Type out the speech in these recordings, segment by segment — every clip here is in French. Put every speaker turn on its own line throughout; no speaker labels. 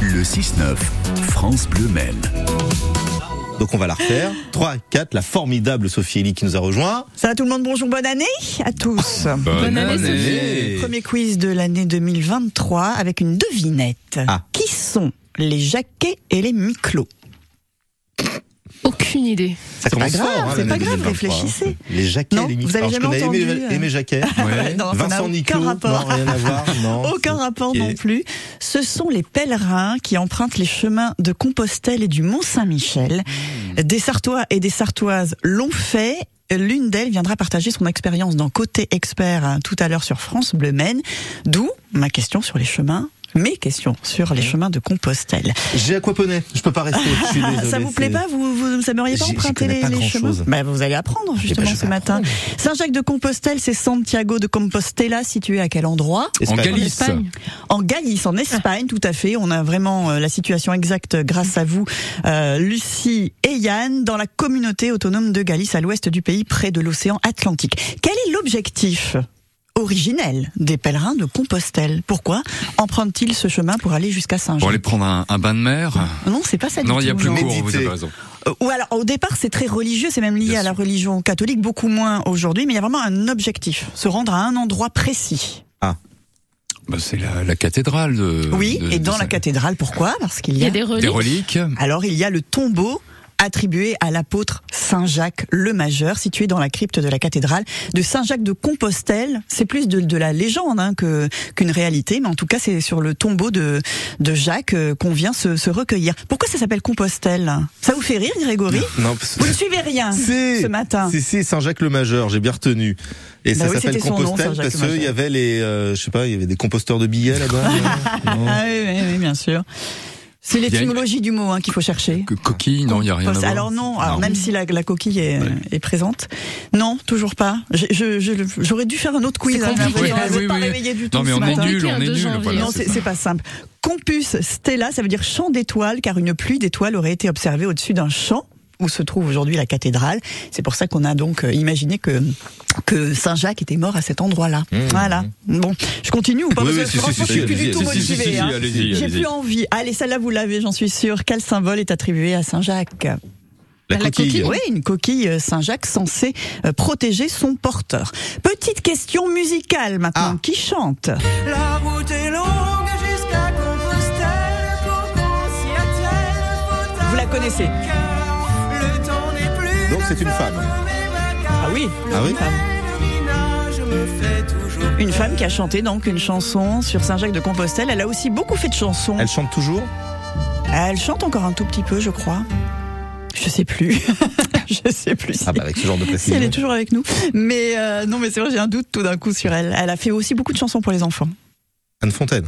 Le 6-9, France Bleu Maine.
Donc on va la refaire. 3, 4, la formidable Sophie Elie qui nous a rejoint.
Ça va tout le monde, bonjour, bonne année à tous.
Bonne année,
Premier quiz de l'année 2023 avec une devinette.
Ah.
Qui sont les jaquets et les miclos
Aucune idée.
Ça commence
pas grave,
fort, hein,
c'est
l'année
pas grave,
2023, hein.
réfléchissez.
Les jaquets,
Non,
les micros.
vous avez
Alors, je
jamais
connais
entendu,
Aimé,
euh.
Aimé Jacquet.
Non, ça n'a
Vincent
aucun
Niclot.
rapport.
Non, rien à voir. Non,
Aucun
c'est-
rapport
Oh, Ok.
non plus. Ce sont les pèlerins qui empruntent les chemins de Compostelle et du Mont-Saint-Michel.
Hmm.
Des Sartois et des Sartoises l'ont fait. L'une d'elles viendra partager son expérience dans Côté Expert hein, tout à l'heure sur France Bleu Maine. D'où ma question sur les chemins, mes questions sur les chemins de Compostelle.
J'ai aquaponé. Je peux pas rester. Je suis
Ah,
désolé,
ça vous plaît
c'est-
pas Vous vous aimeriez pas
J'y- j'y
emprunter
connais
les,
pas
les chemins
grand-chose.
Bah, Vous allez apprendre justement
je vais
ce matin.
apprendre.
Saint-Jacques de Compostelle, c'est Santiago de Compostela, situé à quel endroit
Espagne.
En Galice.
Espagne.
En Galice, en Espagne, tout à fait. On a vraiment euh, la situation exacte grâce à vous, euh, Lucie et Yann, dans la communauté autonome de Galice, à l'ouest du pays, près de l'océan Atlantique. Quel est l'objectif originel des pèlerins de Compostelle Pourquoi empruntent-ils ce chemin pour aller jusqu'à
Pour
Saint-Jean
aller prendre un, un bain de mer
Non, c'est Ah, pas ça. du
Non, il y a
tout,
plus
non.
court,
Méditer.
vous avez raison.
Euh, Ou alors, au départ, c'est très religieux, c'est même lié
Bien
à la religion catholique, beaucoup moins aujourd'hui, mais il y a vraiment un objectif, se rendre à un endroit précis.
Bah, c'est la, la cathédrale de.
oui,
de-
et
de
dans
Saint-
la cathédrale, pourquoi Parce qu'il
Il y a des reliques.
Des reliques.
Alors il y a le tombeau attribué à l'apôtre Saint Jacques le Majeur, situé dans la crypte de la cathédrale de Saint Jacques de Compostelle. C'est plus de, de la légende hein, que qu'une réalité, mais en tout cas c'est sur le tombeau de, de Jacques euh, qu'on vient se, se recueillir. Pourquoi ça s'appelle Compostelle Ça vous fait rire, Grégory
Non, parce que-
Vous ne suivez rien
C'est-
Ah, ce matin.
C'est c'est Saint-Jacques le Majeur, j'ai bien retenu. Et
Bah
ça
oui,
s'appelle
c'était son nom,
Compostelle
Saint-Jacques
parce
le
qu'il y
Majeur.
avait les, euh, je sais pas, il y avait des composteurs de billets là-bas. non Non.
Ah oui, oui, oui, bien sûr. C'est
Mmh. y a une-
l'étymologie du mot hein, qu'il faut chercher.
Que- Coquille, non, il n'y a rien à
Poste.
voir.
Alors non, alors même si la, la coquille est, est présente, non, toujours pas. J'ai- je- je- J'aurais dû faire un autre quiz.
C'est
hein, j'ai
compliqué.
l'impression,
Oui,
vous êtes pas
oui, oui.
réveillés du tout
Non, mais
ce
on est
matin.
nul,
Compliqué,
on
un
est
deux
nul.
janvier.
voilà,
non,
c'est
c'est
ça.
c'est pas simple. Compus Stella, ça veut dire champ d'étoiles, car une pluie d'étoiles aurait été observée au-dessus d'un champ où se trouve aujourd'hui la cathédrale. C'est pour ça qu'on a donc euh, imaginé que que Saint Jacques était mort à cet endroit-là.
Mmh.
Voilà. Bon, je continue ou pas
Oui,
Parce
oui,
que
si, si,
franchement,
si,
je suis
si,
plus
si, si,
du tout
si, si,
motivée.
si, si,
hein.
allez-y,
J'ai plus envie. Allez, celle-là, vous l'avez, j'en suis sûre. Quel symbole est attribué à Saint Jacques
La coquille.
Oui, une coquille euh, Saint-Jacques censée euh, protéger son porteur. Petite question musicale maintenant.
Ah.
Qui chante
La route est longue jusqu'à Compostelle pour qu'on s'y attelle. faut
Vous la connaissez
un cœur. Le temps n'est plus.
Donc
de
c'est une
faire
femme.
tomber ma carte.
Ah oui.
Le
Ah oui
pèlerinage me fait toujours
Une femme qui a chanté donc une chanson sur Saint-Jacques de Compostelle. Elle a aussi beaucoup fait de chansons.
Elle chante toujours
Elle chante encore un tout petit peu, je crois. Je sais plus. je sais plus. si-
Ah bah avec ce genre de
Si elle est
précision.
toujours avec nous. Mais euh, non, mais c'est vrai, j'ai un doute tout d'un coup sur elle. Elle a fait aussi beaucoup de chansons pour les enfants.
Anne Fontaine.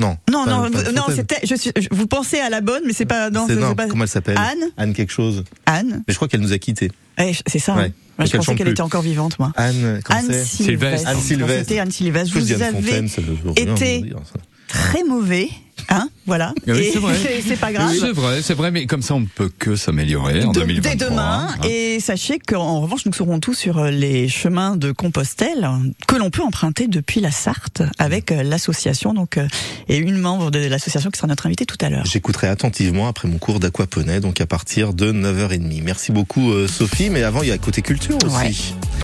Non.
Non,
pas-
non,
pas
vous-
Anne
non,
Fontaine.
c'était. Je suis, je- vous pensez à la bonne, mais c'est pas. Non,
C'est-
c'est
non,
c'est pas.
Comment elle s'appelle
Anne
Anne quelque chose.
Anne.
Mais je crois qu'elle nous a quittés.
Ouais, c'est ça.
Ouais.
hein.
Donc elle
Moi, je pensais
chante
qu'elle
plus.
était encore vivante, moi.
Anne, comment
Anne
c'est
Sylvestre.
Anne Sylvestre.
C'était Anne Sylvestre.
Je dis
Vous
Anne
avez
Fontaine, ça veut rien
été-
dire, ça.
très mauvais, hein Voilà.
Oui,
Et-
c'est vrai.
et c'est pas grave.
C'est vrai, c'est vrai, mais comme ça, on ne peut que s'améliorer en
De-
2023.
dès demain.
hein.
Et sachez qu'en revanche, nous serons tous sur euh, les chemins de Compostelle euh, que l'on peut emprunter depuis la Sarthe avec euh, l'association donc euh, et une membre de l'association qui sera notre invitée tout à l'heure.
J'écouterai attentivement après mon cours d'aquaponie, donc à partir de 9h30. Merci beaucoup euh, Sophie, mais avant il y a côté culture aussi.
Ouais.